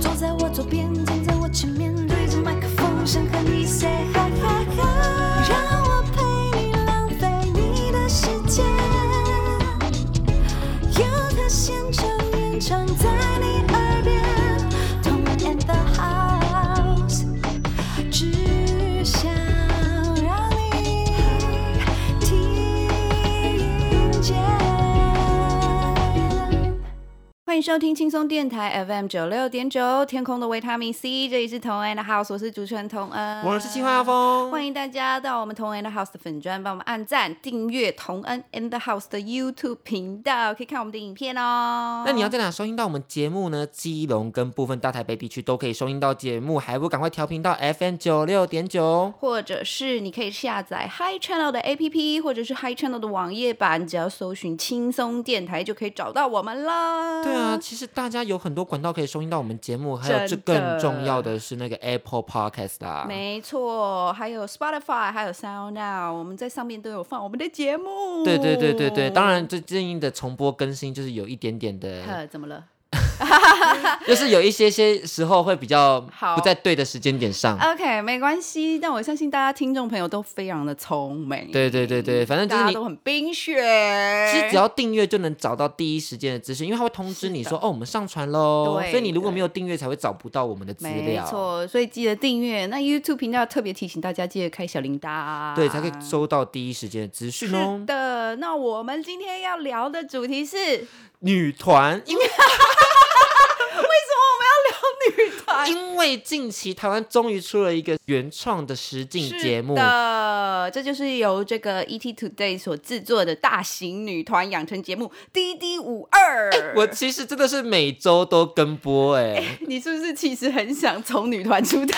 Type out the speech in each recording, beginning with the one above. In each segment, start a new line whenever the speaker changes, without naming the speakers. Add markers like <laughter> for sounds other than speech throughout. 坐在我左边，站在我前面，对着麦克风，想和你 say hi hi hi，让我陪你浪费你的时间。有他现场演唱在你耳边，同安 and the house，只想让你听见。
欢迎收听轻松电台 FM 九六点九，天空的维他命 C，这里是同恩的 House，我是主持人同恩，
我是青花风，
欢迎大家到我们同恩的 House 的粉专，帮我们按赞、订阅同恩 and the House 的 YouTube 频道，可以看我们的影片哦。
那你要在哪收听到我们节目呢？基隆跟部分大台北地区都可以收听到节目，还不赶快调频到 FM 九六点九？
或者是你可以下载 Hi Channel 的 APP，或者是 Hi Channel 的网页版，只要搜寻“轻松电台”就可以找到我们啦。
对啊，，其实大家有很多管道可以收听到我们节目，还有这
真的
更重要的是那个 Apple Podcast 啦。
没错，还有 Spotify，还有 Sound Now，我们在上面都有放我们的节目。
对对对对对，当然最近的重播更新就是有一点点的，
呃， <laughs> 怎么了
就是有一些些时候会比较
好
不在对的时间点上。
？OK，没关系，但我相信大家听众朋友都非常的聪明，，
对对对对，反正就
大
是
家
你
都很冰雪。
其实只要订阅就能找到第一时间的资讯，因为它会通知你
是
说哦，我们上传喽。
对
所以你如果没有订阅，才会找不到我们的资
没
料。
错，所以记得订阅。那 YouTube 频道特别提醒大家，记得开小铃铛，
对，才可以收到第一时间的资讯哦
啊是。的，那我们今天要聊的主题是为什
女团，因为
么我们要聊女团？
因为近期台湾终于出了一个原创的实境节目
是，的，这就是由这个 ET Today 所制作的大型女团养成节目《DD 五二》。
<laughs> 我其实真的是每周都跟播哎、
<laughs> 你是不是其实很想从女团出道？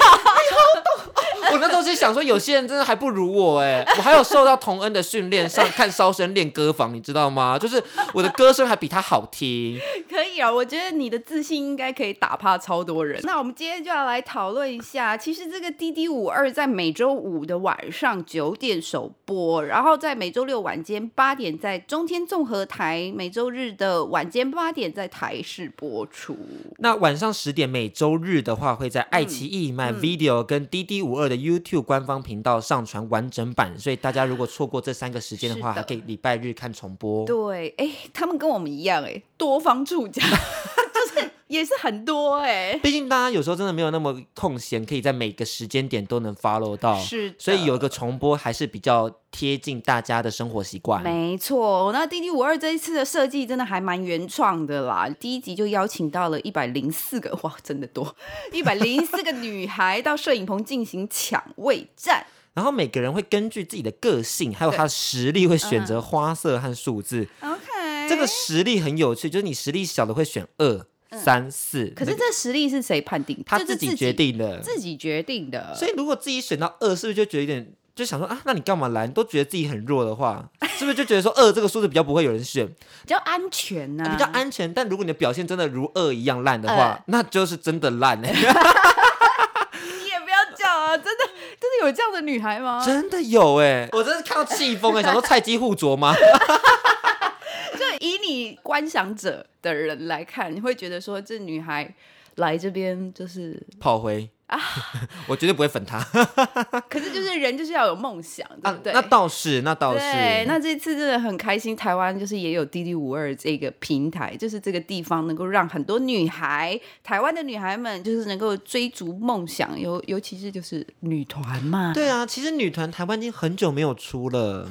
我那时候就想说，有些人真的还不如我哎、我还有受到童恩的训练，上看烧声练歌房，你知道吗？就是我的歌声还比他好听。
可以啊，我觉得你的自信应该可以打趴超多人。那我们今天就要来讨论一下，其实这个滴滴五二在每周五的晚上九点首播，然后在每周六晚间八点在中天综合台，每周日的晚间八点在台视播出。
那晚上十点每周日的话，会在爱奇艺、My
嗯
Video 跟滴滴五二的 YouTube 官方频道上传完整版，所以大家如果错过这三个时间的话，
是的
还可以礼拜日看重播。
对，哎，他们跟我们一样，哎，多方触角， <laughs> 就是也是很多哎、
毕竟大家有时候真的没有那么空闲，可以在每个时间点都能 follow 到，
是的
哦所以有一个重播还是比较贴近大家的生活习惯。
没错，那《D D 五二》这一次的设计真的还蛮原创的啦。第一集就邀请到了一百零四个，哇，真的 <laughs> 多，一百零四个女孩到摄影棚进行抢位战。
然后每个人会根据自己的个性还有
对嗯
他的实力，会选择花色和数字。
OK，
这个实力很有趣，就是你实力小的会选二、三、四，
嗯可是
那个
这实力是谁判定？
他
这是
自己
己
决，定的。
自己决定的。
所以如果自己选到二，是不是就觉得有点就想说啊，那你干嘛来？你都觉得自己很弱
<laughs>
的话，是不是就觉得说二这个数字比较不会有人选，
比啊较安全呐、
比较安全？但如果你的表现真的如二一样烂的话，
嗯呃
那就是真的
<laughs>
烂哎、
你也不要这样啊！真的，真的有这样的女孩吗？
真的有哎、我真是看到气疯哎，想说菜鸡互啄
<laughs>
吗？
就以你观赏者的人来看，你会觉得说这女孩来这边就是
炮
<laughs>
灰啊，我绝对不会粉他。
可是就是人就是要有梦想，对
啊
不对？
那倒是，那哦倒是。
对，那这次真的很开心，台湾就是也有滴滴五二这个平台，就是这个地方能够让很多女孩，台湾的女孩们就是能够追逐梦想，尤尤其是就是女团嘛。
对啊，其实女团台湾已经很久没有出了，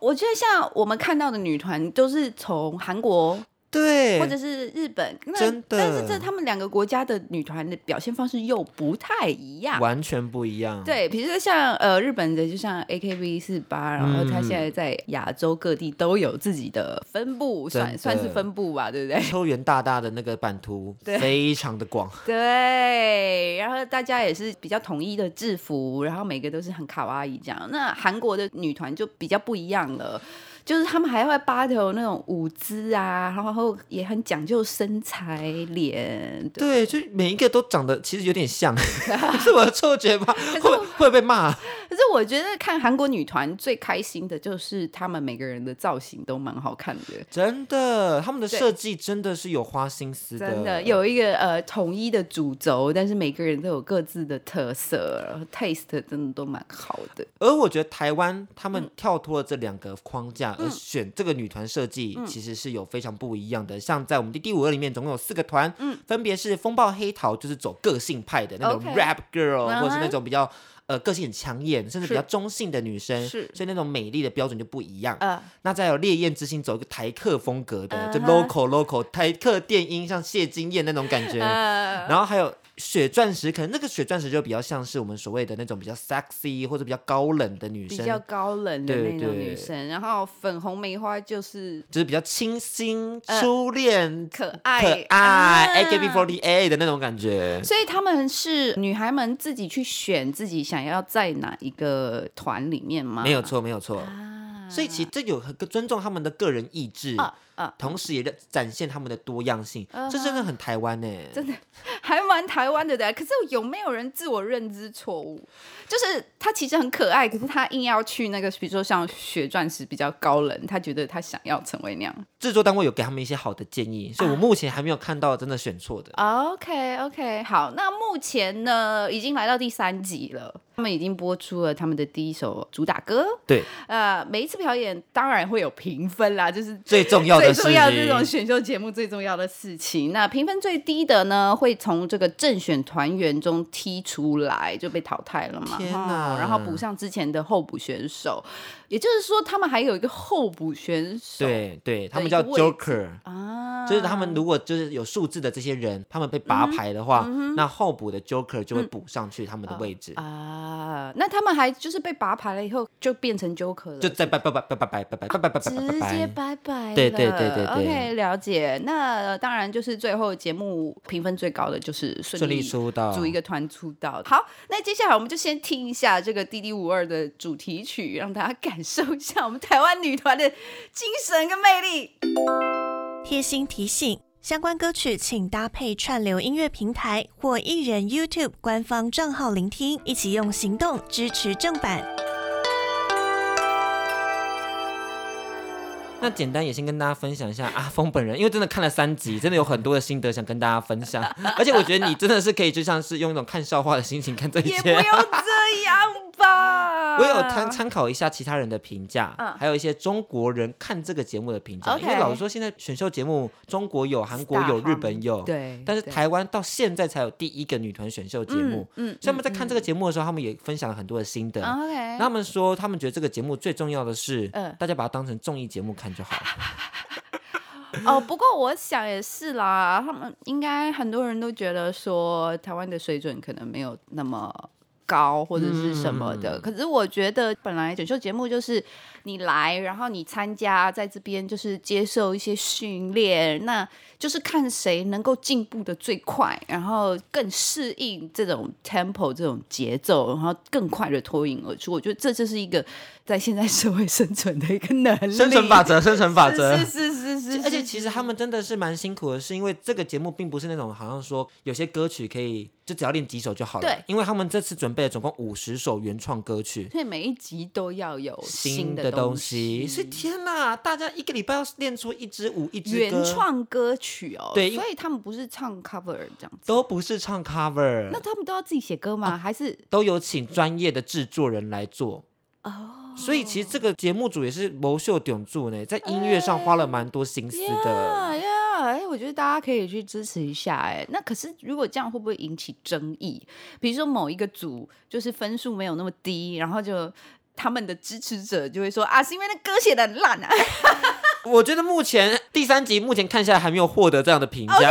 我觉得像我们看到的女团都是从韩国
对，
或者是日本，那
真的
但是这他们两个国家的女团的表现方式又不太一样。
完全不一样。
对，比如说像呃日本的，就像 A K B 四八，然后它
嗯
现在在亚洲各地都有自己的分布，
真
算
的
算是分布吧，对不 <laughs> 对？
秋元大大的那个版图
<laughs> 对
非常的广，
对，然后大家也是比较统一的制服，然后每个都是很卡哇伊这样。那韩国的女团就比较不一样了。就是他们还会 battle 那种舞姿啊，然后也很讲究身材、脸。对
对，就每一个都长得其实有
<laughs>
点像，是我的错觉吗？会不会会被骂。啊
可是我觉得看韩国女团最开心的就是他们每个人的造型都蛮好看的。
真的，他们的
对
设计真的是有花心思
真的有一个呃统一的主轴，但是每个人都有各自的特色然后，taste 真的都蛮好的。
而我觉得台湾他
嗯
们跳脱了这两个框架，而选这个女团设
嗯
计，其实是有非常不一样的。像在我们的第五二里面，总共有四个团，分别是风暴黑桃，就是走个性派的那种
嗯 OK
rap girl，、
嗯哼
或者是那种比较呃个性很抢眼，甚至
是
比较中性的女生，
是
所以那种美丽的标准就不一样。
呃，
那再有烈焰之心，走一个台客风格的，就
嗯哼
local local 台客电音，像谢金燕那种感觉。
呃，
然后还有血钻石，可能那个血钻石就比较像是我们所谓的那种比较 sexy 或者比较高冷的女
比
生，
较高冷的
对
那种
对
女生，然后粉红梅花就是
就是比较清新、
呃
初恋、
可爱
可爱、
啊
AKB48 的那种感觉。
所以他们是女孩们自己去选自己想要在哪一个团里面吗？
没有错，没有错。
啊
所以其实这有很尊重他们的个人意志，
啊啊，
同时也展现他们的多样性。
嗯
这真的很台湾呢、欸
真的还蛮台湾的的。可是有没有人自我认知错误？就是他其实很可爱，可是他硬要去那个，比如说像血钻石比较高冷，他觉得他想要成为那样。
制作单位有给他们一些好的建议，所以我目前还没有看到真的选错的。
OK OK，好，那目前呢已经来到第三集了，他们已经播出了他们的第一首主打歌。
对，
呃，每一次表演当然会有评分啦，就是
最重要
最
的事
重要这种
情，
选秀节目最重要的事情。那评分最低的呢，会从这个正选团员中踢出来，就被淘汰了嘛。
天
哈
哪
然后补上之前的候补选手，也就是说他们还有一个候补选手。
对对，他
的
们叫
一个位置
Joker。
啊，
就是他们如果就是有数字的这些人，他们被拔牌的话，那候补的 Joker 就会补上去他们的位置，
啊，那他们还就是被拔牌了以后就变成 Joker 了，
就再拜拜拜拜拜拜拜拜拜拜拜拜
直接
拜
拜
拜。
拜了。
对对对对对
OK，了解。那呃当然就是最后节目评分最高的就是顺
顺利出道
组一个团出道。好，那接下来我们就先听一下这个《D D 五二》的主题曲，让大家感受一下我们台湾女团的精神跟魅
<laughs>
力。
贴心提醒：相关歌曲请搭配串流音乐平台或艺人 YouTube 官方账号聆听，一起用行动支持正版。
那简单也先跟大家分享一下阿峰本人，因为真的看了三集，真的有很多的心得想跟大家分享，而且我觉得你真的是可以就像是用一种看笑话的心情看这一
也不
切。
用。这样吧
我有参参考一下其他人的评价，还有一些中国人看这个节目的评价，因为
嗯 OK
老实说现在选秀节目中国有、韩国有、日本有，
对，
但是
对
台湾到现在才有第一个女团选秀节目，
嗯
所以他们在看这个节目的时候，他们也分享了很多的心得。
嗯 OK，
那他们说，他们觉得这个节目最重要的是，
嗯
大家把它当成综艺节目看就好。
<laughs> 哦，不过我想也是啦，他们应该很多人都觉得说台湾的水准可能没有那么高或者是什么的。
嗯
可是我觉得本来选秀节目就是你来，然后你参加，在这边就是接受一些训练，那就是看谁能够进步的最快，然后更适应这种 tempo 这种节奏，然后更快的脱颖而出。我觉得这就是一个在现在社会生存的一个能力，
生存法则，生存法则
<laughs> 是。是是是是，
而且
是
其实他们真的是蛮辛苦的，是因为这个节目并不是那种好像说有些歌曲可以就只要练几首就好了。
对
因为他们这次准备了总共五十首原创歌曲，
所以每一集都要有
新
的
的东
西，
西。所以天哪，大家一个礼拜要练出一支舞，一支
原
歌
创歌曲哦。
对因
所以他们不是唱 cover 这样子，
都不是唱 cover，
那他们都要自己写歌吗？
哦
还是
都有请专业的制作人来做。
哦？
所以其实这个节目组也是谋秀鼎柱呢，在音乐上花了蛮多心思的。
呀呀，哎，我觉得大家可以去支持一下哎。那可是如果这样会不会引起争议？比如说某一个组就是分数没有那么低，然后就。他们的支持者就会说啊，是因为那歌写的很烂啊。 <laughs>
我觉得 <laughs> 目前第三集目前看下来还没有获得这样的评价，因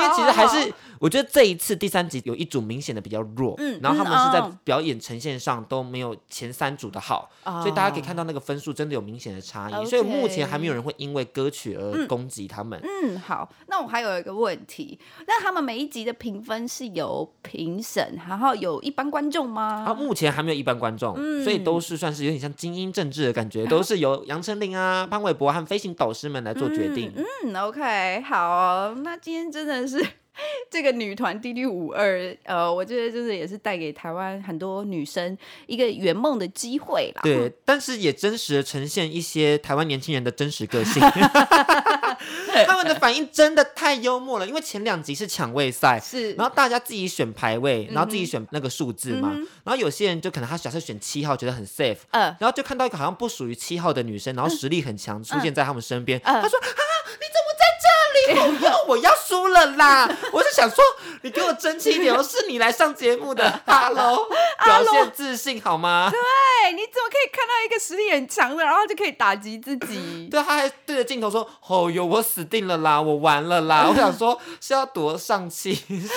为其实还是我觉得这一次第三集有一组明显的比较弱，
嗯
然后他们是
嗯
在
哦
表演呈现上都没有前三组的好，
哦
所以大家可以看到那个分数真的有明显的差异，
OK
所以目前还没有人会因为歌曲而攻击他们。
嗯，好，那我还有一个问题，那他们每一集的评分是由评审，然后有一般观众吗？
啊，目前还没有一般观众，
嗯
所以都是算是有点像精英政治的感觉，都是由杨丞琳啊、潘玮柏和飞行导师们来做决定。
嗯，OK，好哦、那今天真的是这个女团 DD 五二，呃，我觉得就是也是带给台湾很多女生一个圆梦的机会啦。
对，但是也真实的呈现一些台湾年轻人的真实
<laughs>
个性。他们的反应真的太幽默了，因为前两集是抢位赛，
是，嗯
然后大家自己选排位，然后自己选那个数字嘛。然后有些人就可能他假设选七号，觉得很 safe，
呃，
然后就看到一个好像不属于七号的女生，然后实力很强，出现在他们身边。
嗯
他说：“啊，你怎么在这里？哦我要我要输了
<laughs>
啦！”我是想说，你给我争气一点哦，是你来上节
<laughs>
目的，Hello，表现自信好吗？
哎，你怎么可以看到一个实力很强的，然后就可以打击自己？
对，他还对着镜头说：“哦哟，我死定了啦，我完
<laughs>
了啦！”我想说，是要多上气， <laughs> 是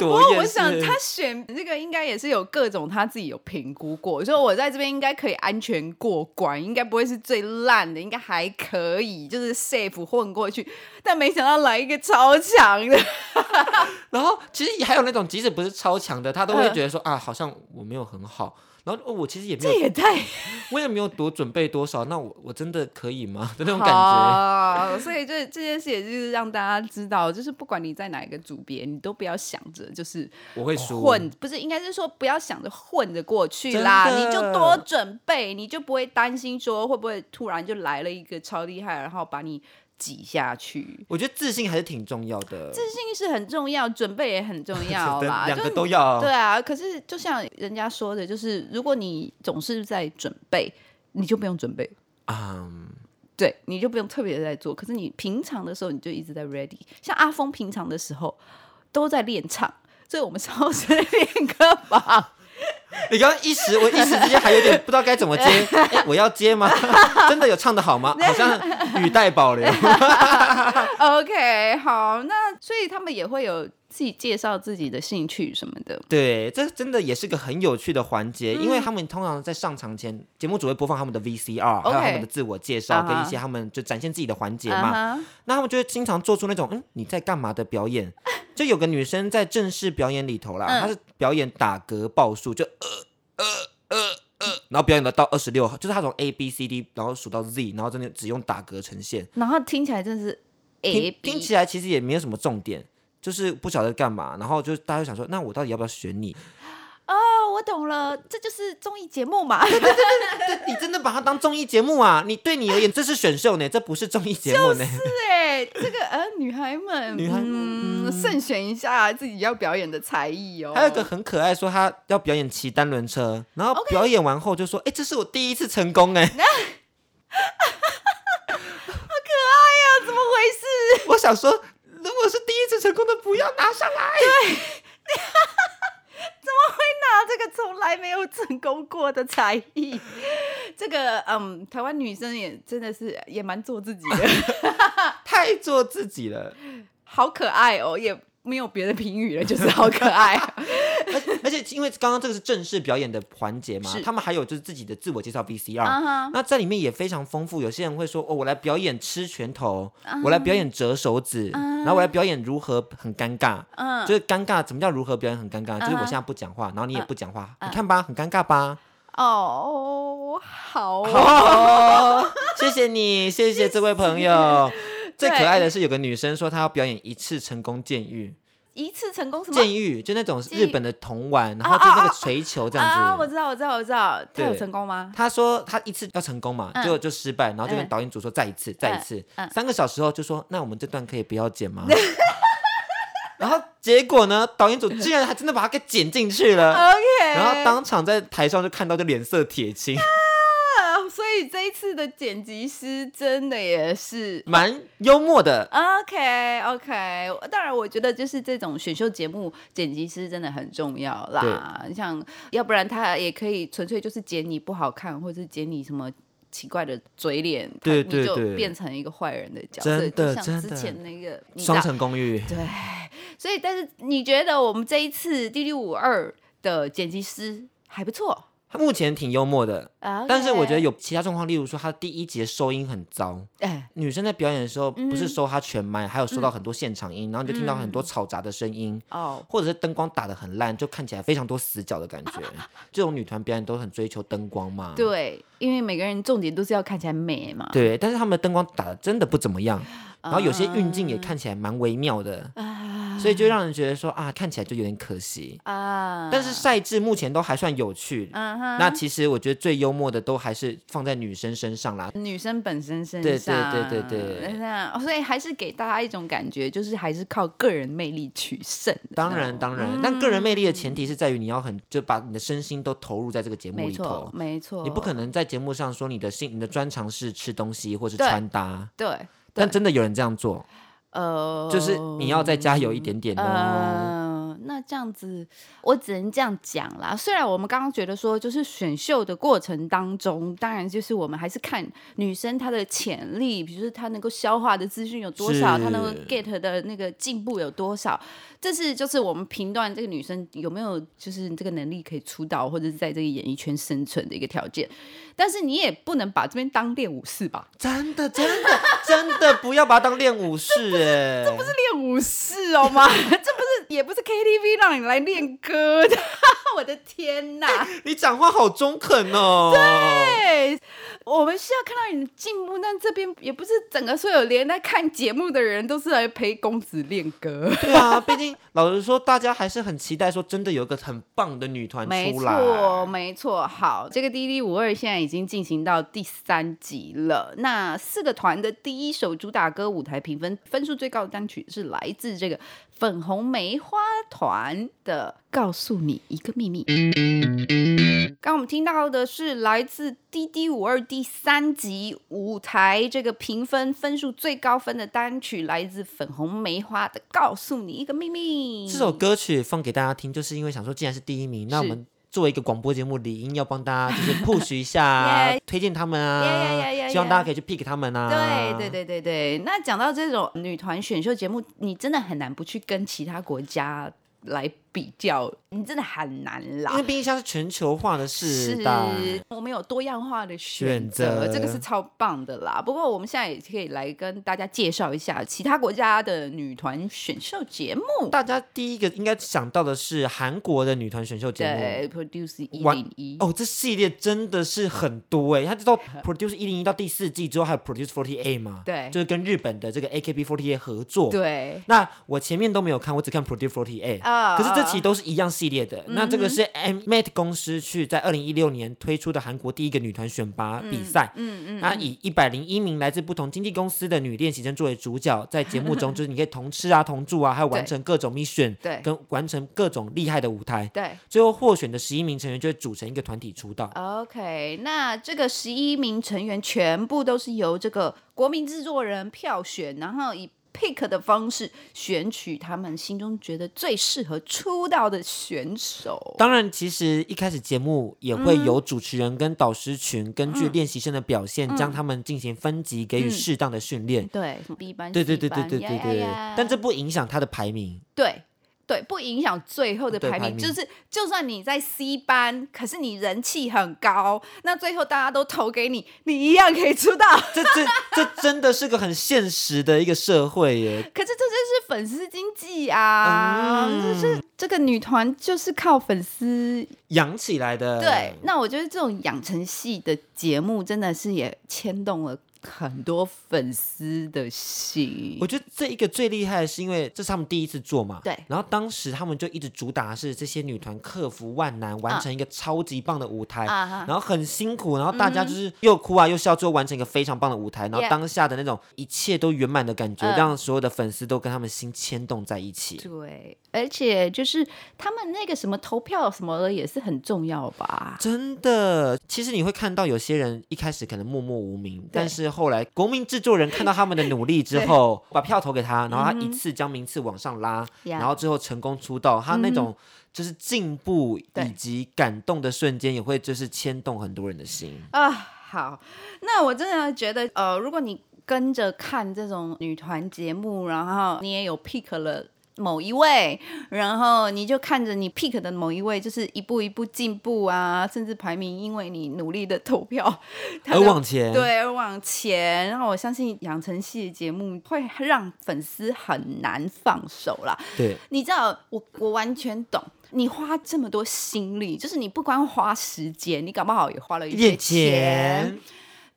多
不过
厌世。
哦我想他选这个应该也是有各种他自己有评估过，所以我在这边应该可以安全过关，应该不会是最烂的，应该还可以，就是 safe 混过去。但没想到来一个超强的， <laughs>
然后其实还有那种即使不是超强的，他都会觉得说、啊，好像我没有很好。然后、哦我其实也
嗯
没
这
有，
也太
我也没有多准备多少，那我我真的可以
<laughs>
吗？的那种感觉。
好，所以这这件事也就是让大家知道，就是不管你在哪一个组别，你都不要想着就是
我会输
混，不是应该是说不要想着混着过去啦，
真的
你就多准备，你就不会担心说会不会突然就来了一个超厉害，然后把你挤下去。
我觉得自信还是挺重要的，
自信是很重要，准备也
<laughs>
很重要
真的
啦，
两
就
个都要。
对啊，可是就像人家说的，就是如果你总是在准备，你就不用准备，
嗯，
对，你就不用特别地在做。可是你平常的时候，你就一直在 ready。像阿峰平常的时候都在练唱，所以我们 <laughs> 稍后是在练歌房。
你刚刚一时，我一时之间还有点不知道该怎么
<laughs>
接。诶我要接吗？ <laughs> 真的有唱的好吗？好像语带保留。
OK，好，那所以他们也会有自己介绍自己的兴趣什么的。
对，这真的也是个很有趣的环节，因为
嗯
他们通常在上场前，节目组会播放他们的 VCR，、还有他
OK
们的自我介绍、
啊哈
跟一些他们就展现自己的环节嘛。
啊哈
那他们就会经常做出那种嗯你在干嘛的表演。就有个女生在正式表演里头啦，
嗯
她是表演打嗝报数，就呃呃呃呃，然后表演了到二十六，就是她从 A B C D 然后数到 Z，然后真的只用打嗝呈现。
然后听起来真是 A
听
B，
听起来其实也没有什么重点。就是不晓得干嘛，然后就大家就想说，那我到底要不要选你？
哦，我懂了，这就是综艺节目嘛。 <laughs>
这你真的把它当综艺节目啊？你对你而言，这是选秀呢，这不是综艺节目呢。
对，这个呃，女孩们，
女孩
嗯，慎选一下自己要表演的才艺哦。
还有一个很可爱，说他要表演骑单轮车，然后表演完后就说：“哎、这是我第一次成功哎、
啊怎么回事？
我想说，如果是第一次成功的，不要拿上来。
那这个从来没有成功过的才艺， <laughs> 这个嗯，台湾女生也真的是也蛮做自己的， <laughs>
太做自己了。
好可爱哦，也没有别的评语了，就是好可爱。
而且而且，因为刚刚这个是正式表演的环节嘛
是，
他们还有就是自己的自我介绍 VCR，、
啊哈，
那在里面也非常丰富，有些人会说哦，我来表演吃拳头，
嗯
我来表演折手指，然后我来表演如何很尴尬，
嗯
就是尴尬，怎么叫如何表演很尴尬？就是
嗯
我
哼嗯
现在不讲话，然后你也不讲话，你看吧，很尴尬吧？
<laughs> 哦，好哦，
哦， <laughs> 谢谢你，谢谢这位朋友。最可爱的是有个女生说她要表演一次成功剑狱，
一次成功什么
剑？狱就那种
剑狱
日本的铜碗，然后就那个锤球这
啊，
样
我
子。
知道，我知道，我知道，他有
对
成功吗？
她说她一次要成功嘛，
嗯
结果就失败，然后就
嗯
跟导演组说再一次，再一次
嗯。
三个小时后就说那我们这段可以不要剪吗？ <laughs> 然后结果呢，导演组居然还真的把它给剪进去了，
<laughs> OK， <laughs>
然后当场在台上就看到就脸色铁青。 <laughs>
啊，所以这一次的剪辑师真的也是
蛮幽默的。
OK OK，当然我觉得就是这种选秀节目剪辑师真的很重要啦，像要不然他也可以纯粹就是剪你不好看，或者是剪你什么。奇怪的嘴脸，他
对
你
对
就
对
变成一个坏人的角色，
真的
就像
真
之
的
前那个你知道
双城公寓，
<laughs> 对，所以，但是你觉得我们这一次《第六五二》的剪辑师还不错
他目前挺幽默的，
啊
但是我觉得，有其他状况，例如说他第一节收音很糟，
哎，
女生在表演的时候不是
嗯
收她全麦，还有收到很多现场音，然后你就听到很多嘈杂的声音。
哦，
或者是灯光打得很烂，就看起来非常多死角的感 <laughs> 觉。这种女团表演都很追求灯光嘛。
对，因为每个人重点都是要看起来美嘛，
嗯对，但是他们的灯光打的真的不怎么样，然后有些运镜也
嗯
看起来蛮微妙的，
啊，
所以就让人觉得说啊，看起来就有点可惜。
啊，
但是赛制目前都还算有趣，
嗯哼，
那其实我觉得最幽默的都还是放在女生身上啦。
女生本身身
对对
上，
对对对
那哦所以还是给大家一种感觉，就是还是靠个人魅力取胜的
当
那
然
种
当然，嗯但个人魅力的前提是在于你要很就把你的身心都投入在这个节目
没
里
错
头，
没错，
你不可能在节目上说你的性你的专长是吃东西或是
对
穿搭。
对，
但
对
真的有人这样做，
呃，
就是你要再加油一点点哦。
呃，那这样子，我只能这样讲啦。虽然我们刚刚觉得说，就是选秀的过程当中，当然就是我们还是看女生她的潜力，比如说她能够消化的资讯有多少，她能够
是
get 的那个进步有多少，这是就是我们评断这个女生有没有就是这个能力可以出道，或者是在这个演艺圈生存的一个条件。但是你也不能把这边当练武士吧？
真的，真的，真的不要把它当练武
<laughs>
士哎、这不是
练武士哦 <laughs> 吗？这不是也不是 KTV 让你来练歌的， <laughs> 我的天哪！
你讲话好中肯哦。
对，我们是要看到你的进步，但这边也不是整个所有连在看节目的人都是来陪公子练歌。
对啊，毕竟老实说，大家还是很期待说真的有一个很棒的女团
没
出
错，
来。
没错。好，这个《滴滴五二》现在已经进行到第三集了。那四个团的第一首主打歌舞台评分分数最高的单曲是来自这个粉红梅花团的《告诉你一个秘密》。刚我们听到的是来自《滴滴五二》第三集舞台这个评分分数最高分的单曲，来自粉红梅花的《告诉你一个秘密》。
这首歌曲放给大家听，就是因为想说，既然是第一名，那我们作为一个广播节目，理应要帮大家就是 push 一下啊
<laughs> Yeah，
推荐他们啊
Yeah，yeah，yeah，yeah，yeah
希望大家可以去 pick 他们啊。
对对对对对，那讲到这种女团选秀节目，你真的很难不去跟其他国家来比较，你真的很难
因为
啦。
毕竟像是全球化的时
是
代，，
我们有多样化的选择，
选择
这个是超棒的啦。不过我们现在也可以来跟大家介绍一下其他国家的女团选秀节目。
大家第一个应该想到的是韩国的女团选秀节
对，Produce 一
哇
零一
目。哦，这系列真的是很多哎、它
<laughs>
它到 Produce 一零一到第四季之后，还有 Produce Forty Eight 嘛，
对
就是跟日本的这个 AKB Forty Eight 合作。，
对，
那我前面都没有看，我只看 Produce Forty Eight，、
啊嗯
可是这期都是一样系列的。那这个是 M Mate 公司去在二零一六年推出的韩国第一个女团选拔比赛，
嗯嗯，
那以一百零一名来自不同经纪公司的女练习生作为主角，在节
<laughs>
目中就是你可以同吃啊、同住啊，还有完
对
成各种 mission，
对
跟完成各种厉害的舞台。
对。
最后获选的十一名成员就会组成一个团体出道。
OK，那这个十一名成员全部都是由这个国民制作人票选，然后以 pick 的方式选取他们心中觉得最适合出道的选手。
当然，其实一开始节目也会有主持人跟导师群根据练习生的表现，将他们进行分级，给予适当的训练。
对什么，B 班、
嗯对对
C
对对
班
对对
呀呀
对，
呀
但这不影响他的排名。
对对不影响最后的
对
排
排
名，就
名
是就算你在 C 班，可是你人气很高，那最后大家都投给你，你一样可以出道。
这这这真的是个很现实的一个社会耶。
可是这就是粉丝经济啊，就
嗯
是这个女团就是靠粉丝。
养起来的，
对，那我觉得这种养成系的节目真的是也牵动了很多粉丝的心
我。觉得这一个最厉害的是，因为这是他们第一次做嘛，
对
然后当时他们就一直主打是这些女团克服万难，完成一个超级棒的舞台，
啊哈
然后很辛苦，然后大家就是又哭啊又笑，最后完成一个非常棒的舞台，然后
Yeah
当下的那种一切都圆满的感觉，
嗯
让所有的粉丝都跟他们心牵动在一起。
对，而且就是他们那个什么投票什么的也是很重要吧？
真的，其实你会看到有些人一开始可能默默无名，但是后来国民制作人看到他们的努力之
<laughs>
后，把票投给他，然后
嗯
他一次将名次往上拉，
呀
然后最后成功出道，他那种就是进步
嗯对
以及感动的瞬间，也会就是牵动很多人的心。
啊，好，那我真的觉得，呃，如果你跟着看这种女团节目，然后你也有 pick 了某一位，然后你就看着你 pick 的某一位，就是一步一步进步啊，甚至排名因为你努力的投票，他
而
的
往前，，
对，而往前。然后我相信养成系的节目会让粉丝很难放手啦。
对
你知道，我我完全懂。你花这么多心力，就是你不光花时间，你搞不好也花了一些
眼前，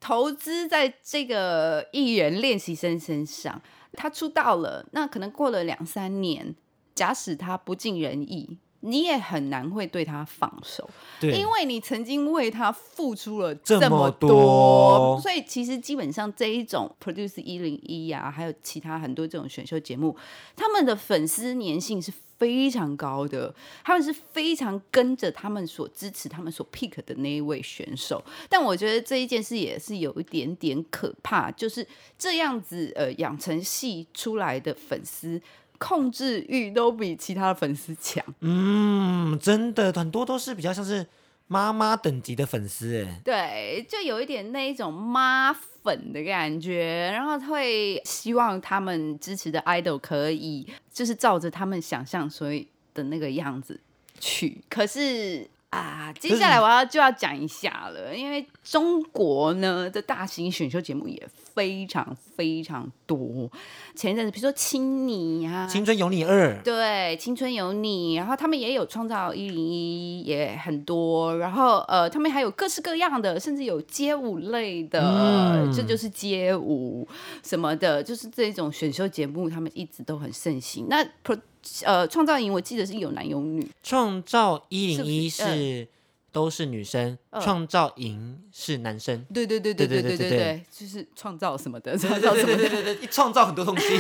投资在这个艺人练习生身上。他出道了，那可能过了两三年，假使他不尽人意，你也很难会对他放手。
对，
因为你曾经为他付出了
这
么
么
多，
多
所以其实基本上这一种 Produce 一零一呀，还有其他很多这种选秀节目，他们的粉丝粘性是非常高的，他们是非常跟着他们所支持、他们所 pick 的那一位选手。但我觉得这一件事也是有一点点可怕，就是这样子呃养成系出来的粉丝。控制欲都比其他的粉丝强，
嗯，真的很多都是比较像是妈妈等级的粉丝，哎，
对，就有一点那一种妈粉的感觉，然后会希望他们支持的 idol 可以就是照着他们想象所以的那个样子去。可是啊，接下来我要就要讲一下了，因为中国呢的大型选秀节目也非常非常多。前一阵子比如说《青你》啊呀，
青春有你二，
嗯对，青春有你，然后他们也有创造一零一，也很多，然后呃，他们还有各式各样的，甚至有街舞类的，
嗯
这就是街舞什么的，就是这种选秀节目，他们一直都很盛行。那 pro 呃，创造营我记得是有男有女，
创造一零一
是不是
是都是女生，
嗯
创造营是男
<laughs>
生。
对对对
对
对
对
对
对对
对，就是创造什么的，创造什么的，
对对，一创造很多东西。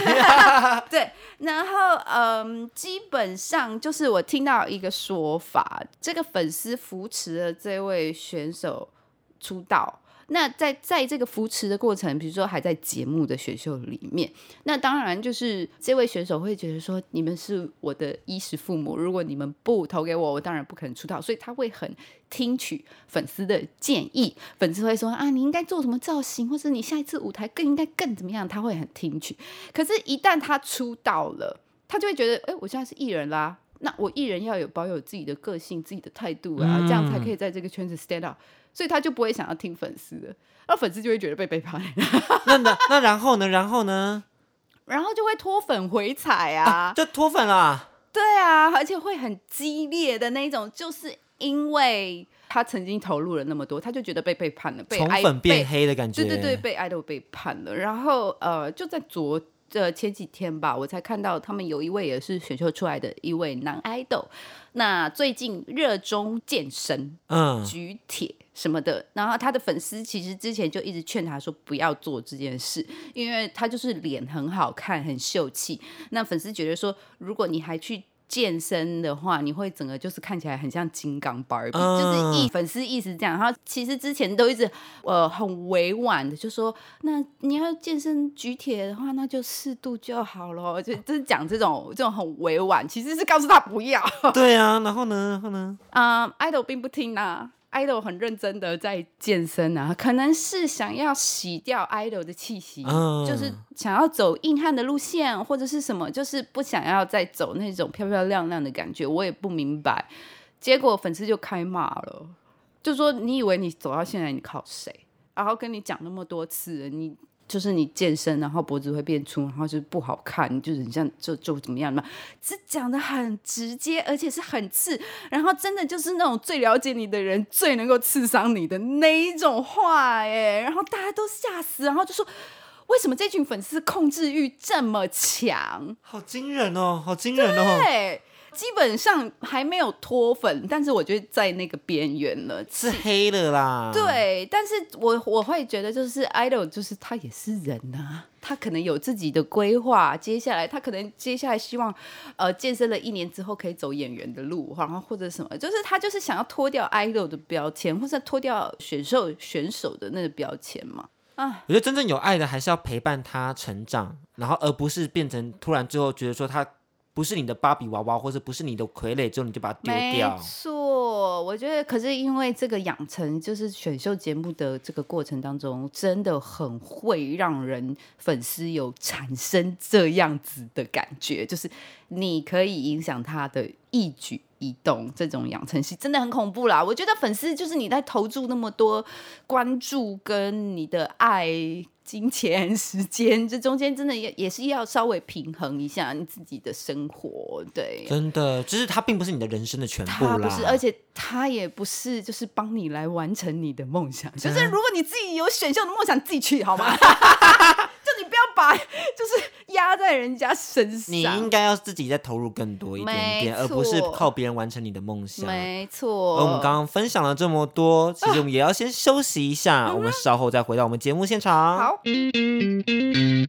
对，然后嗯，基本上就是我听到一个说法，这个粉丝扶持了这位选手出道。那在在这个扶持的过程，比如说还在节目的选秀里面，那当然就是这位选手会觉得说，你们是我的衣食父母，如果你们不投给我，我当然不可能出道，所以他会很听取粉丝的建议，粉丝会说啊，你应该做什么造型，或者你下一次舞台更应该更怎么样，他会很听取。可是，一旦他出道了，他就会觉得，哎、我现在是艺人啦，那我艺人要有保有自己的个性、自己的态度啊，
嗯
这样才可以在这个圈子 stand out。所以他就不会想要听粉丝的，而粉丝就会觉得被背叛，
<laughs>
<laughs>
那那那然后呢？然后呢？
然后就会脱粉回踩啊，
<laughs> 就脱粉啦。
对啊，而且会很激烈的那一种，就是因为他曾经投入了那么多，他就觉得被背叛了，被
从
爱
粉变
被
黑的感觉。
对对对，，被爱豆背叛了。然后呃，就在昨呃前几天吧，我才看到他们有一位也是选秀出来的一位男爱豆，那最近热衷健身、
嗯，
举铁什么的，然后他的粉丝其实之前就一直劝他说不要做这件事，因为他就是脸很好看、很秀气。那粉丝觉得说，如果你还去。健身的话，你会整个就是看起来很像金刚芭比，
嗯
就是一粉丝一直这样。然后其实之前都一直呃很委婉的就说，那你要健身举铁的话，那就适度就好咯，就就是讲这种这种很委婉，其实是告诉他不要。
对啊。然后呢？然后呢？
嗯，idol 并不听呐、idol 很认真的在健身啊，可能是想要洗掉 idol 的气息，
嗯
就是想要走硬汉的路线，或者是什么，就是不想要再走那种漂漂亮亮的感觉。我也不明白，结果粉丝就开骂了，就说你以为你走到现在你靠谁？然后跟你讲那么多次了，你就是你健身，然后脖子会变粗，然后就是不好看，你就是你这样就就怎么样嘛，是讲的很直接，而且是很刺，然后真的就是那种最了解你的人最能够刺伤你的那一种话耶，然后大家都吓死，然后就说为什么这群粉丝控制欲这么强？
好惊人哦，好惊人哦。
对。基本上还没有脱粉，但是我觉得在那个边缘了。
是黑了啦。。
对，但是我我会觉得，就是 idol，就是他也是人呐、他可能有自己的规划，接下来他可能接下来希望，呃，健身了一年之后可以走演员的路，然后或者什么，就是他就是想要脱掉 idol 的标签，或者脱掉选手选手的那个标签嘛。啊，
我觉得真正有爱的还是要陪伴他成长，然后而不是变成突然最后觉得说他不是你的芭比娃娃，或者不是你的傀儡之后你就把它丢
没
掉。
错，有，我觉得可是因为这个养成，就是选秀节目的这个过程当中，真的很会让人粉丝有产生这样子的感觉，就是你可以影响他的一举一动，这种养成系真的很恐怖啦。我觉得粉丝就是你在投注那么多关注跟你的爱、金钱、时间，这中间真的也也是要稍微平衡一下你自己的生活，对。
真的，就是它并不是你的人生的全部
他
啦。
不是，而且他也不是，就是帮你来完成你的梦想。就是如果你自己有选秀的梦想，你自己去好
<laughs>
吗？ <laughs> 就你不要把就是压在人家身
你应
上。
该要自己再投入更多一点点，
没
而不是
错
靠别人完成你的梦想。
没
而
错，
我们刚刚分享了这么多，其实我们也要先休息一
嗯
下，我们稍后再回到我们节目现场。
好，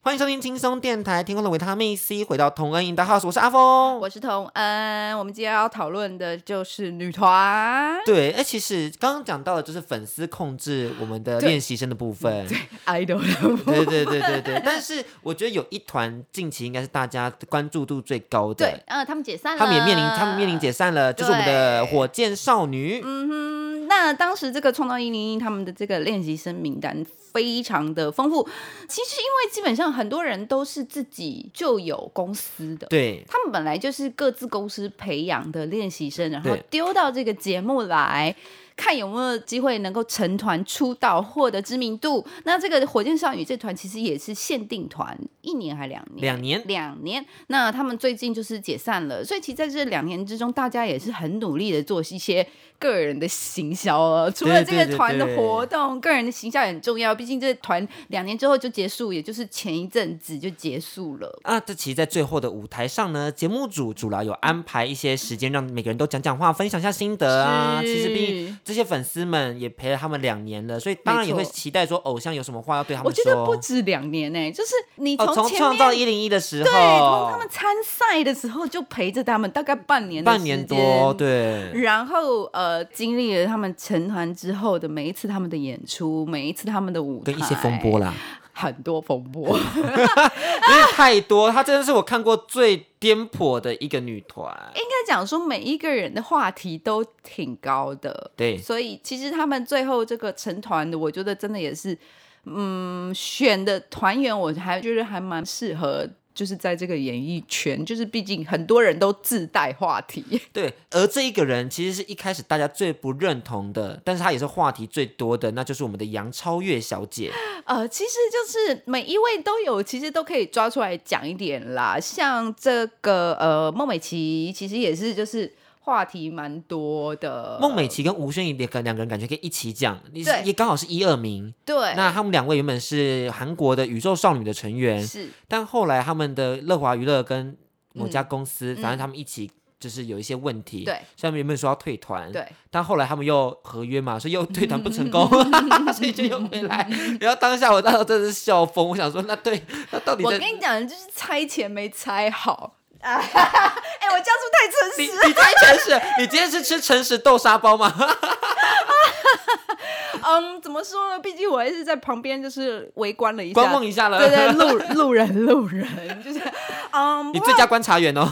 欢迎收听轻松电台，天空的维他命 C，回到同恩赢的 house，我是阿峰。
我是童恩，我们今天要讨论的就是女团
对，哎，其实刚刚讲到的就是粉丝控制我们的
对
练习生的部分。
idol 的部
<laughs> 对对对对
<laughs>
对，但是我觉得有一团近期应该是大家关注度最高
对
的，，
嗯、他们解散了，
他们也面临他们面临解散了，就是我们的火箭少女。
嗯，那当时这个创造一零一他们的这个练习生名单非常的丰富。其实因为基本上很多人都是自己就有公司的。
对，
他们本来就是各自公司培养的练习生，然后
对
丢到这个节目来，看有没有机会能够成团出道，获得知名度。那这个火箭少女这团其实也是限定团，一年还两年？
两年
两年。那他们最近就是解散了，所以其实在这两年之中，大家也是很努力的做一些个人的行销哦。除了这
对对
个
对
团的
对
活动，个人的形象也很重要，毕竟这团两年之后就结束，也就是前一阵子就结束了。
啊，这其实，在最后的舞台上呢，节目组主要有安排一些时间，让每个人都讲讲话，分享一下心得啊。
是
其实，毕竟这些粉丝们也陪了他们两年了，所以当然也
没错
会期待说偶像有什么话要对他
我
们
觉
说。
得不止两年呢、就是你
哦，从
前
创
面、
造一零一的时
对，从他
候
们，参赛的时候就陪着他们，大概半年的
半年
时间
多，。对，
然后呃，经历了他们成团之后的每一次他们的演出，每一次他们的舞台，
跟一些风波，啦，
很多风 <laughs> 波。
因为太多，她真的是我看过最颠簸的一个女团。
应该讲说每一个人的话题都挺高的，
对
所以其实他们最后这个成团的，我觉得真的也是，嗯，选的团员我还觉得还蛮适合。就是在这个演艺圈，就是毕竟很多人都自带话题，
对，而这一个人其实是一开始大家最不认同的，但是她也是话题最多的，那就是我们的杨超越小姐。
<laughs> 呃，其实就是每一位都有，其实都可以抓出来讲一点啦。像这个呃，孟美岐其实也是就是话题蛮多的，
孟美岐跟吴宣仪两个两个人感觉可以一起讲，你
对
也刚好是一二名。
对，
那他们两位原本是韩国的宇宙少女的成员，
是
但后来他们的乐华娱乐跟某家
嗯
公司，
嗯
反正他们一起就是有一些问题，
对
所以他们原本说要退团，
对，
但后来他们又合约嘛，所以又退团不成
<laughs>
功， <laughs> 所以就又回来。然后当下我那时候真的是笑疯，我想说那对，那到底
我
在
跟你讲，就是猜钱没猜
<laughs>
好。哎、我这样是不
你
是太诚实
你猜诚实？你今天是吃 <laughs> 诚实豆沙包吗？
嗯，怎么说呢？毕竟我还是在旁边，就是围观了一下，
观望一下了，
对对，路路人路人，就是嗯，
<laughs> 你
不过
最佳观察员哦。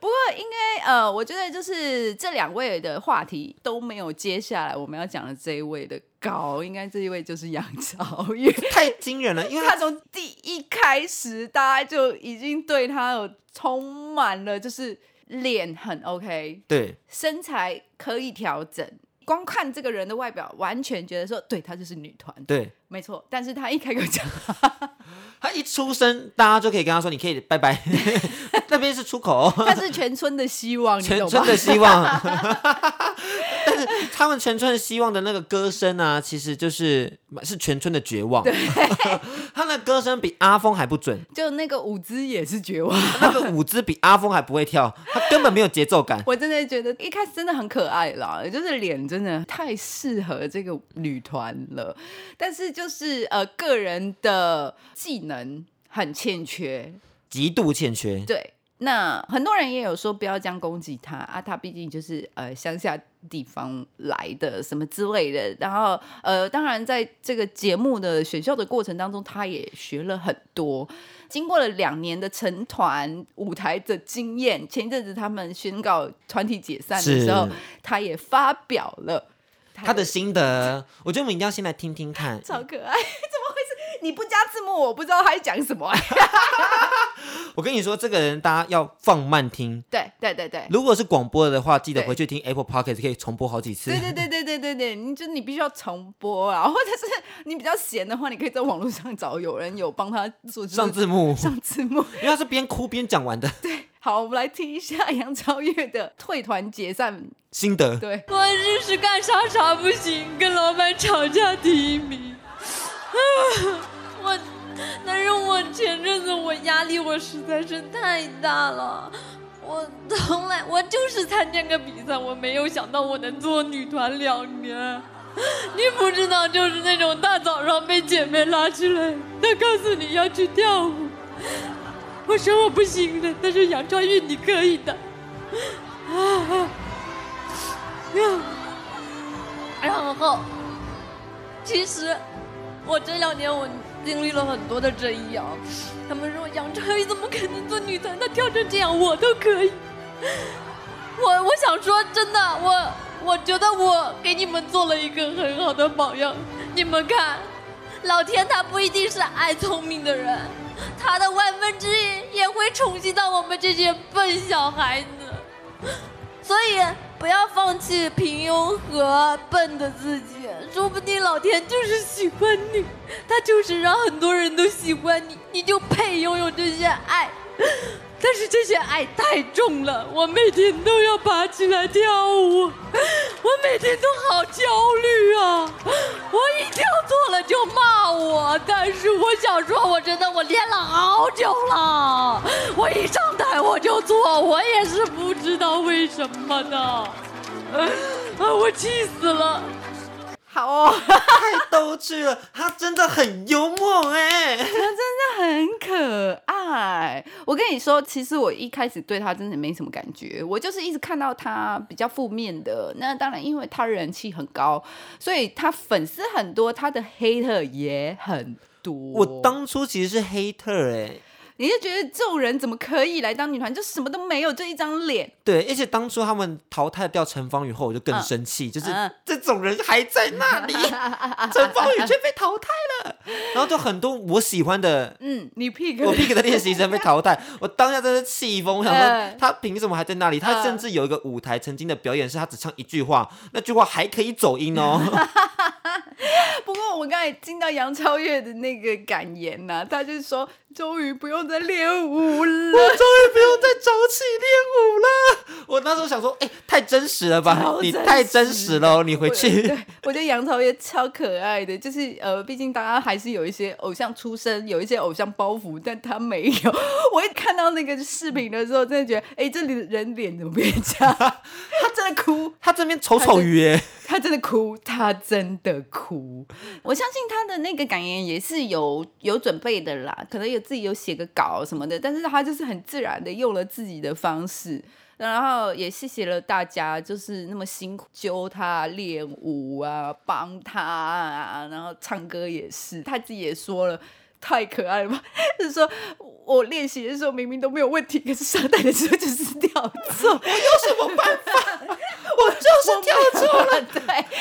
不过应该呃，我觉得就是这两位的话题都没有接下来我们要讲的这一位的高，应该这一位就是杨超越。
太惊人了，因为
他
他
从第一开始，大家就已经对他有充满了，就是脸很 OK，
对
身材可以调整。光看这个人的外表，完全觉得说，对她就是女团，
对，
没错。但是她一开口讲，
他一出生，大家就可以跟他说，你可以拜拜，那边是出口，
她是全村的希哦望，你
全
懂
村
吗？
的希望。但是他们全村的希望的那个歌声啊，其实就是是全村的绝望。他的歌声比阿峰还不准，
就那个舞姿也是绝望。
那个舞姿比阿峰还不会跳，他根本没有节奏感。
我真的觉得一开始真的很可爱啦，就是脸真的太适合这个女团了，但是就是呃个人的技能很欠缺，
极度欠缺，
对。那很多人也有说不要这样攻击他啊，他毕竟就是呃乡下地方来的什么之类的。然后呃，当然在这个节目的选秀的过程当中，他也学了很多。经过了两年的成团舞台的经验，前一阵子他们宣告团体解散的时候
是，
他也发表了
他的心得，我觉得我们一定要先来听听看。
超可爱，怎么 <laughs> 回事？你不加字幕，我不知道他在讲什么、哎
我跟你说，这个人大家要放慢听。
<laughs> 对对对对。
如果是广播的话，记得
对
回去听 Apple Podcast，可以重播好几次。
对对对对对对对，你就你必须要重播啊，或 <laughs> 者是你比较闲的话，你可以在网络上找有人有帮他做就是
上字
<laughs>
幕，
上字幕。
因为他是边哭边讲完的
好，我们来听一下 <laughs> 杨超越的退团解散。
心得。
对，
我就是干啥啥不行，跟老板吵架第一名。啊我，但是我前阵子我压力我实在是太大了。我从来我就是参加个比赛，我没有想到我能做女团两年。你不知道，就是那种大早上被姐妹拉出来，她告诉你要去跳舞，我说我不行的，但是杨超越你可以的。啊然后，其实我这两年我经历了很多的争议啊。他们说杨超越怎么可能做女团？她跳成这样，我都可以。 <laughs> 我我想说，真的，我我觉得我给你们做了一个很好的榜样。你们看，老天他不一定是爱聪明的人，他的万分之一也会宠幸到我们这些笨小孩子。所以不要放弃平庸和笨的自己，说不定老天就是喜欢你，他就是让很多人都喜欢你，你就配拥有这些爱。但是这些爱太重了，我每天都要爬起来跳舞，我每天都好焦虑啊！我一跳错了就骂我，但是我想说，我真的我练了好久了，我一上台我就错，我也是不知道为什么的，啊，我气死了。
好哦， <laughs>
太逗趣了，他真的很幽默哎、
很可爱。我跟你说，其实我一开始对他真的没什么感觉，我就是一直看到他比较负面的。那当然，因为他人气很高，所以他粉丝很多，他的 hater 也很多。
我当初其实是黑特哎、
你就觉得这种人怎么可以来当女团？就什么都没有，就一张脸。
对，而且当初他们淘汰掉陈芳宇后，我就更
嗯
生气，就是、
嗯
这种人还在那
<laughs>
里，陈芳宇却被淘汰了，然后就很多我喜欢的。
嗯，你 pick
我 pick 的练习生被淘汰，我当下真是气疯，我想
嗯
说他凭什么还在那里？他
嗯
甚至有一个舞台曾经的表演是他只唱一句话，那句话还可以走
<laughs>
音哦。
<laughs>
<laughs>
不过我刚才听到杨超越的那个感言呐、他就说终于不用再练舞了。
<laughs> 终于不用再早起练舞了。我那时候想说，哎、太真实了吧
超？
你
真
太真实了哦，你回
对
去。，
我觉得杨超越超可爱的，就是呃，毕竟大家还是有一些偶像出身，有一些偶像包袱，但她没有。 <laughs> 我一看到那个视频的时候，真的觉得，哎，这里人脸怎么变这
<laughs>
样？她真的哭，
他这边丑丑鱼耶，
他真的哭，他真的哭。我相信他的那个感言也是有有准备的啦，可能有自己有写个稿什么的，但是他就是很自然的用了自己的方式。然后也谢谢了大家，就是那么辛苦揪他练舞啊，帮他啊，然后唱歌也是，他自己也说了，太可爱了吧？ <laughs> 就是说我练习的时候明明都没有问题，可是上台的时候就是掉 <laughs> 错，我就是跳错了，对，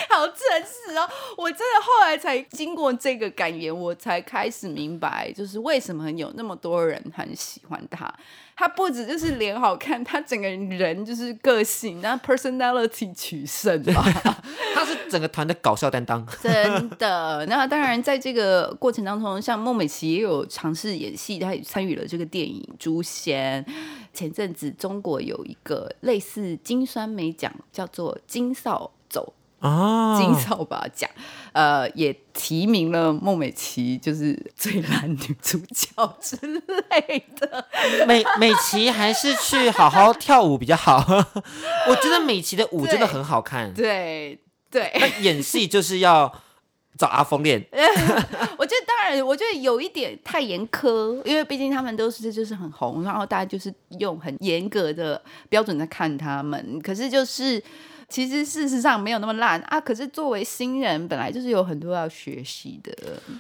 好真实哦！我真的后来才经过这个感言，我才开始明白，就是为什么有那么多人很喜欢他。他不只就是脸好看，他整个人就是个性，那 personality 取胜啊吧。
他是整个团的搞笑担
<laughs>
当。
真的。那当然，在这个过程当中，像孟美岐也有尝试演戏，她也参与了这个电影《诛仙》。前阵子中国有一个类似金酸梅奖，叫做金扫帚。
啊
金扫把奖，呃，也提名了孟美岐，就是最烂女主角之类的。
美美琪还是去好好跳舞比较好。 <laughs> 我觉得美琪的舞真的很好
<laughs>
看，
对对，
但演戏就是要找阿峰练。
我觉得当然，我觉得有一点太严苛，因为毕竟他们都是就是很红，然后大家就是用很严格的标准在看他们。可是就是其实事实上没有那么烂啊。可是作为新人，本来就是有很多要学习的。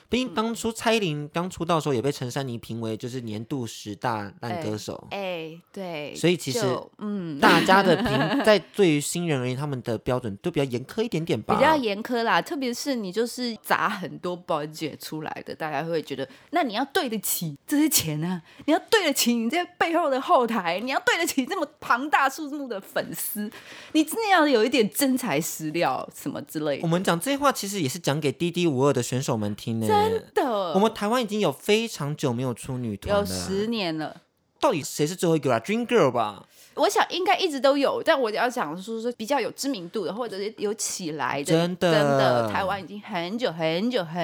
毕竟当初蔡依林刚出道的时候，也被陈珊妮评为就是年度十大烂歌手，
哎、对，
所以其实
就嗯。
大家的评 <laughs> 在对于新人而言，他们的标准都比较严苛一点点吧。
比较严苛啦，特别是你就是砸很多 budget 出来的，大家会觉得，那你要对得起这些钱啊，你要对得起你这背后的后台，你要对得起这么庞大数目的粉丝，你真的要有一点真材实料什么之类
我
的。
们讲这些话，其实也是讲给滴滴五二的选手们听的。
真的，
我们台湾已经有非常久没有出女团啊
有
了，
十年了。
到底谁是最后一个啊？Dream Girl 吧，
我想应该一直都有，但我要讲说是比较有知名度的，或者是有起来的，
真的
的台湾已经很久很久很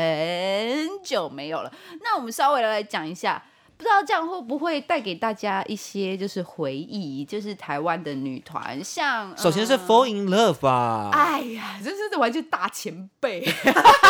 久没有了。那我们稍微来讲一下，不知道这样会不会带给大家一些就是回忆，就是台湾的女团，像
首先是
嗯
Fall in Love 吧。
哎呀，这是完全大前辈， <laughs>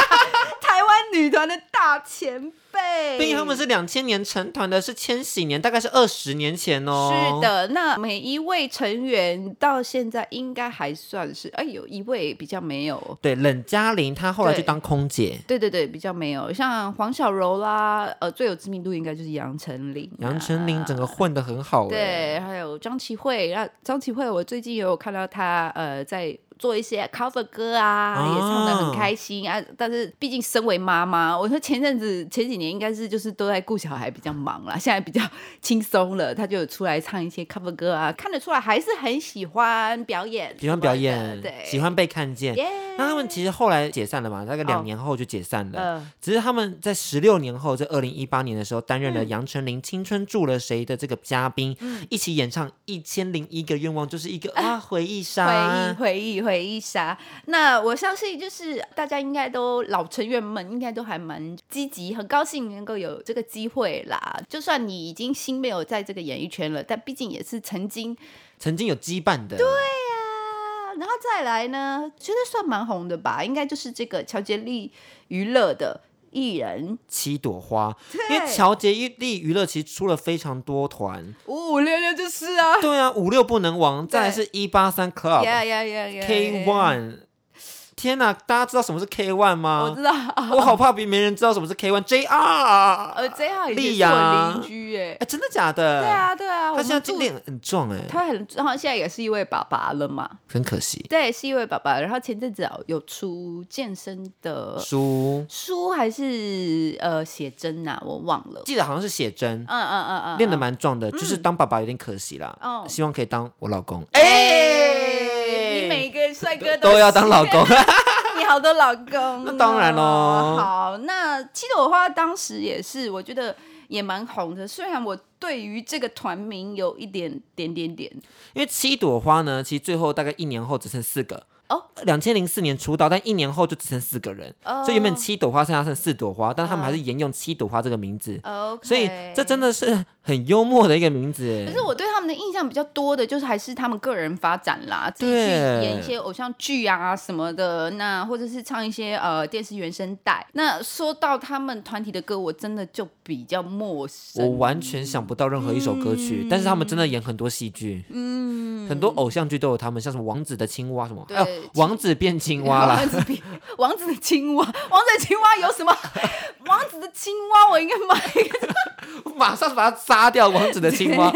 台湾女团的大前辈，
毕竟他们是两千年成团的，是千禧年，大概是二十年前哦。
是，的，那每一位成员到现在应该还算是，哎，有一位比较没有，
对，冷嘉玲她后来去
对
当空姐，
对对对，比较没有，像黄小柔啦，呃，最有知名度应该就是杨丞琳啊、
杨丞琳整个混得很好、欸。
对，还有张琪慧，那张琪慧我最近也有看到她，呃，在。做一些 cover 歌啊，也唱得
啊
很开心啊。但是毕竟身为妈妈，我说前阵子前几年应该是就是都在顾小孩比较忙啦，现在比较 <laughs> 轻松了，她就有出来唱一些 cover 歌啊，看得出来还是很喜欢表演，
喜欢表演，
对，
喜欢被啊看见。
耶。
那他们其实后来解散了嘛，大概两
哦
年后就解散了。
呃，
只是他们在十六年后，在二零一八年的时候，担任
嗯
了杨丞琳《青春住了谁》的这个嘉宾，一起演唱《一千零一个愿望》，就是一个啊回
回
忆
忆，
杀。
回忆，回忆杀。那我相信，就是大家应该都老成员们应该都还蛮积极，很高兴能够有这个机会啦。就算你已经心没有在这个演艺圈了，但毕竟也是曾经
曾经有羁绊的，对，
啊。然后再来呢，觉得算蛮红的吧，应该就是这个乔杰利娱乐的艺人
七朵花。因为乔杰利娱乐其实出了非常多团，
五五六六就是啊，
对啊，五六不
<laughs>
能亡，再来是一八三 Club、
呀呀呀呀
K One。天哪，大家知道什么是 K One 吗？
我知道，
我好怕别没人知道什么是 K One JR。
呃，这样也
丽
是我
呀
邻居哎、
哎，真的假的？
对，啊，对啊，我
他
们
现在
住
今年很壮哎、
他很，然后现在也是一位爸爸了嘛？
很可惜。
对，是一位爸爸。然后前阵子啊有出健身的
书
书还是呃写真呐、我忘了。
记得好像是写真，
嗯嗯嗯嗯，
练得
嗯。
蛮壮的，就是当爸爸有点可惜啦。
哦
希望可以当我老公。
哎、你每个帅哥
都 <laughs> 要当
<laughs>
老公，
你好多老公，啊
那当然咯
好，那七朵花当时也是，我觉得也蛮红的。虽然我对于这个团名有一点点点点，
因为七朵花呢，其实最后大概一年后只剩四个。
哦，
两千零四年出道，但一年后就只剩四个人，
哦嗯
所以原本七朵花剩下剩四朵花，但他们还是沿用七朵花这个名字，
哦 OK，
所以这真的是很幽默的一个名字欸耶。
可是我对他们的印象比较多的，就是还是他们个人发展啦，自己去
对
演一些偶像剧啊什么的，那或者是唱一些呃电视原声带。那说到他们团体的歌，我真的就比较陌生。
我完全想不到任何一首歌曲，但是他们真的演很多戏剧，嗯，很多偶像剧都有他们，像什么《王子的青蛙》什么，
对
哎呦王子变青蛙啦 <laughs>
王，子比王子的青蛙，王子的青蛙有什么？王子的青蛙，我应该买 <laughs> 一个
马上把它杀掉。王子的青 <laughs> 蛙，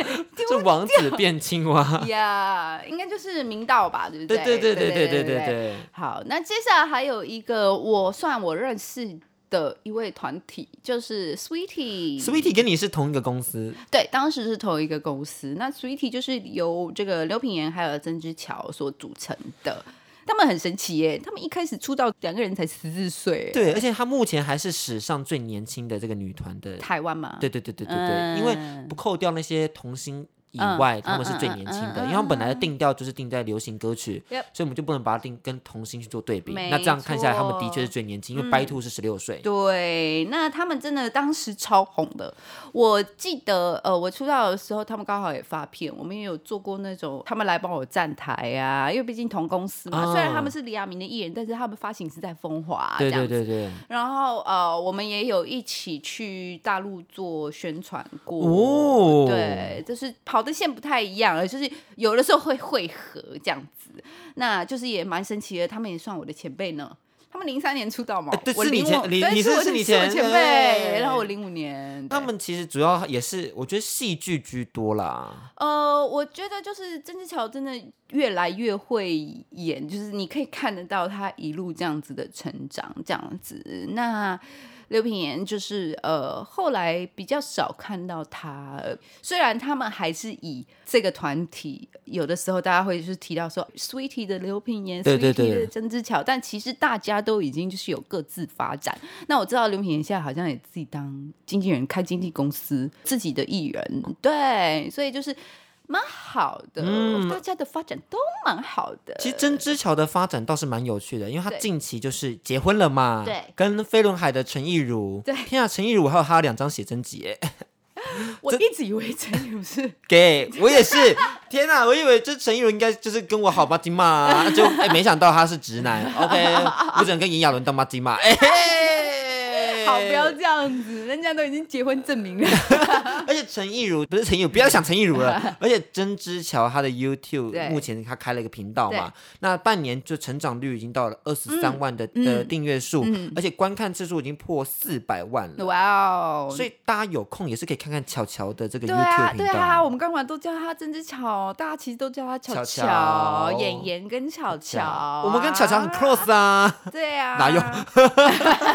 是王子变青蛙，
呀应该就是明道吧，对不
<laughs> 对对
对
对
对
对对对对
对。
对。
好，那接下来还有一个我算我认识的一位团体，就是 Sweetie。
Sweetie 跟你是同一个公司，
对，当时是同一个公司。那 Sweetie 就是由这个刘品言还有曾之乔所组成的。他们很神奇耶，他们一开始出道两个人才十四岁，，
对，而且她目前还是史上最年轻的这个女团的，
台湾嘛，
对对对对对对，
嗯
因为不扣掉那些童星以
嗯
外，
嗯
他们是最年轻的，
嗯嗯嗯
因为他们本来的定调就是定在流行歌曲，
Yep
所以我们就不能把它定跟童星去做对比。
没
那这样看下来，他们的确是
错
最年轻，
嗯
因为白兔是十六岁。
对，那他们真的当时超红的。我记得，呃，我出道的时候，他们刚好也发片，我们也有做过那种，他们来帮我站台啊，因为毕竟同公司嘛。
哦
虽然他们是李亚明的艺人，但是他们发行是在风华啊这
对
样
对
子。
对对，
然后呃，我们也有一起去大陆做宣传过。
哦
对，就是跑的线不太一样，就是有的时候会汇合这样子。那就是也蛮神奇的，他们也算我的前辈呢。他们零三年出道嘛，
哎对
我
是你
05
前你
对
你
是
是
我
是你
是我
前
前
辈
辈，然后我零五年。
他
对
们其实主要也是，我觉得戏剧居多啦。
呃，我觉得就是曾之乔真的越来越会演，就是你可以看得到他一路这样子的成长，这样子。那刘品言就是呃，后来比较少看到他，虽然他们还是以这个团体，有的时候大家会就是提到说 Sweetie 的刘品言
对对
，Sweetie
对
的曾之乔，但其实大家都已经就是有各自发展。那我知道刘品言现在好像也自己当经纪人，开经纪公司，自己的艺人，对，所以就是蛮好的，
嗯
大家的发展都蛮好的。
其实曾之乔的发展倒是蛮有趣的，因为他
呃对
近期就是结婚了嘛，
对
跟飞轮海的陈亦儒，
对
天啊，陈亦儒还有他两张写真集耶，
我一直以为陈宇
<laughs>
是
给我也是， <laughs> 天啊，我以为这陈亦儒应该就是跟我好妈鸡嘛，
<laughs>
啊就哎、没想到他是直男，OK，我只能跟炎亚纶当妈
<laughs>
鸡嘛，哎、嘿
好，不要这样子，人家都已经结婚证明
<laughs>
了。
而且陈亦儒不是陈亦儒，不要想陈亦儒
<laughs>
了。而且曾之乔他的 YouTube
对
目前他开了一个频道嘛，那半年就成长率已经到了二十三万的、
嗯
的订阅数，
嗯
而且观看次数已经破四百万了。
哇哦！
所以大家有空也是可以看看巧巧的这个
对啊
YouTube，频
对
道。
啊，我们刚完都叫他曾之巧，大家其实都叫他巧
巧
巧，
巧
演员跟巧巧啊，
我们跟巧巧很 close 啊， <laughs>
对啊，
哪有？
<laughs>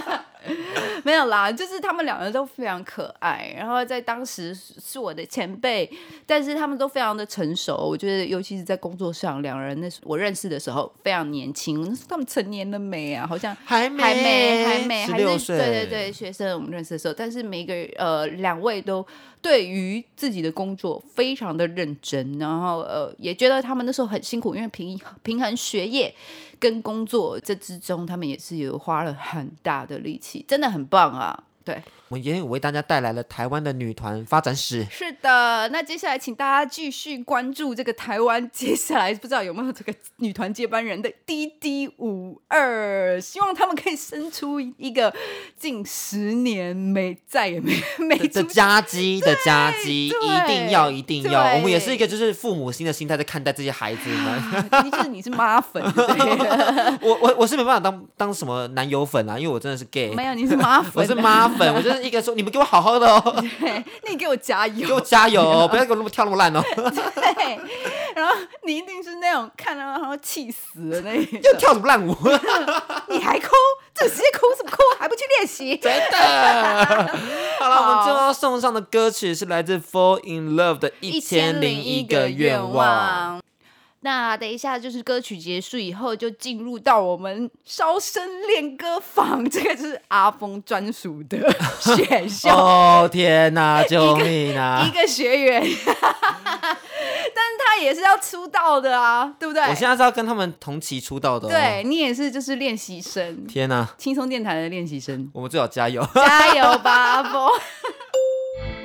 没有啦，就是他们两个都非常可爱，然后在当时是是我的前辈，但是他们都非常的成熟。我觉得，尤其是在工作上，两人那时我认识的时候非常年轻，他们成年了没啊？好像
还没
还没，还没，
十
还
六
是
岁，
对对对，，学生我们认识的时候，但是每一个呃两位都对于自己的工作非常的认真，然后呃也觉得他们那时候很辛苦，因为平平衡学业跟工作这之中，他们也是有花了很大的力气，真的很棒啊！对，
我们也有为大家带来了台湾的女团发
<laughs>
展史。
是的。那接下来请大家继续关注这个台湾，接下来不知道有没有这个女团接班人的 DD 五二，希望他们可以生出一个近十年没再也没没
的
<laughs>
的
出
夹击的夹击，一定要
对
一定要，我们也是一
对
个就是父母心的心态在看待这些孩子
<laughs>
们。
你就是你是妈粉，对
我我我是没办法当当什么男友粉啦，啊因为我真的是 gay，
没有你是妈粉， <laughs>
我是妈粉，我就是一个说你们给我好好的哦，
对，那你给我加
给我
油，
加油哦，不要给我那么跳那
<laughs>
么烂哦，
对，然后你一定是那种看到然后气死的那一种，
又跳什么烂
<laughs>
舞？
你还抠，这时间抠什么抠，还不去练习，
真
<laughs>
的。好了，我们
好
最后送上的歌曲是来自《Fall in Love》的《一千零一个愿望》。。
那等一下就是歌曲结束以后，就进入到我们烧声练歌房， <laughs> 这个就是阿峰专属
<laughs>
的选 <laughs> 秀。
哦
<laughs>
天哪！救命
一
啊！
个学员，
<laughs>
但是他也是要出道的啊，对不对？
我现在是要跟他们同期出道的哦。
对，你也是就是练习生，
天哪！
轻松电台的练习生，
<laughs> 我们最好加油。
加油吧，阿峰！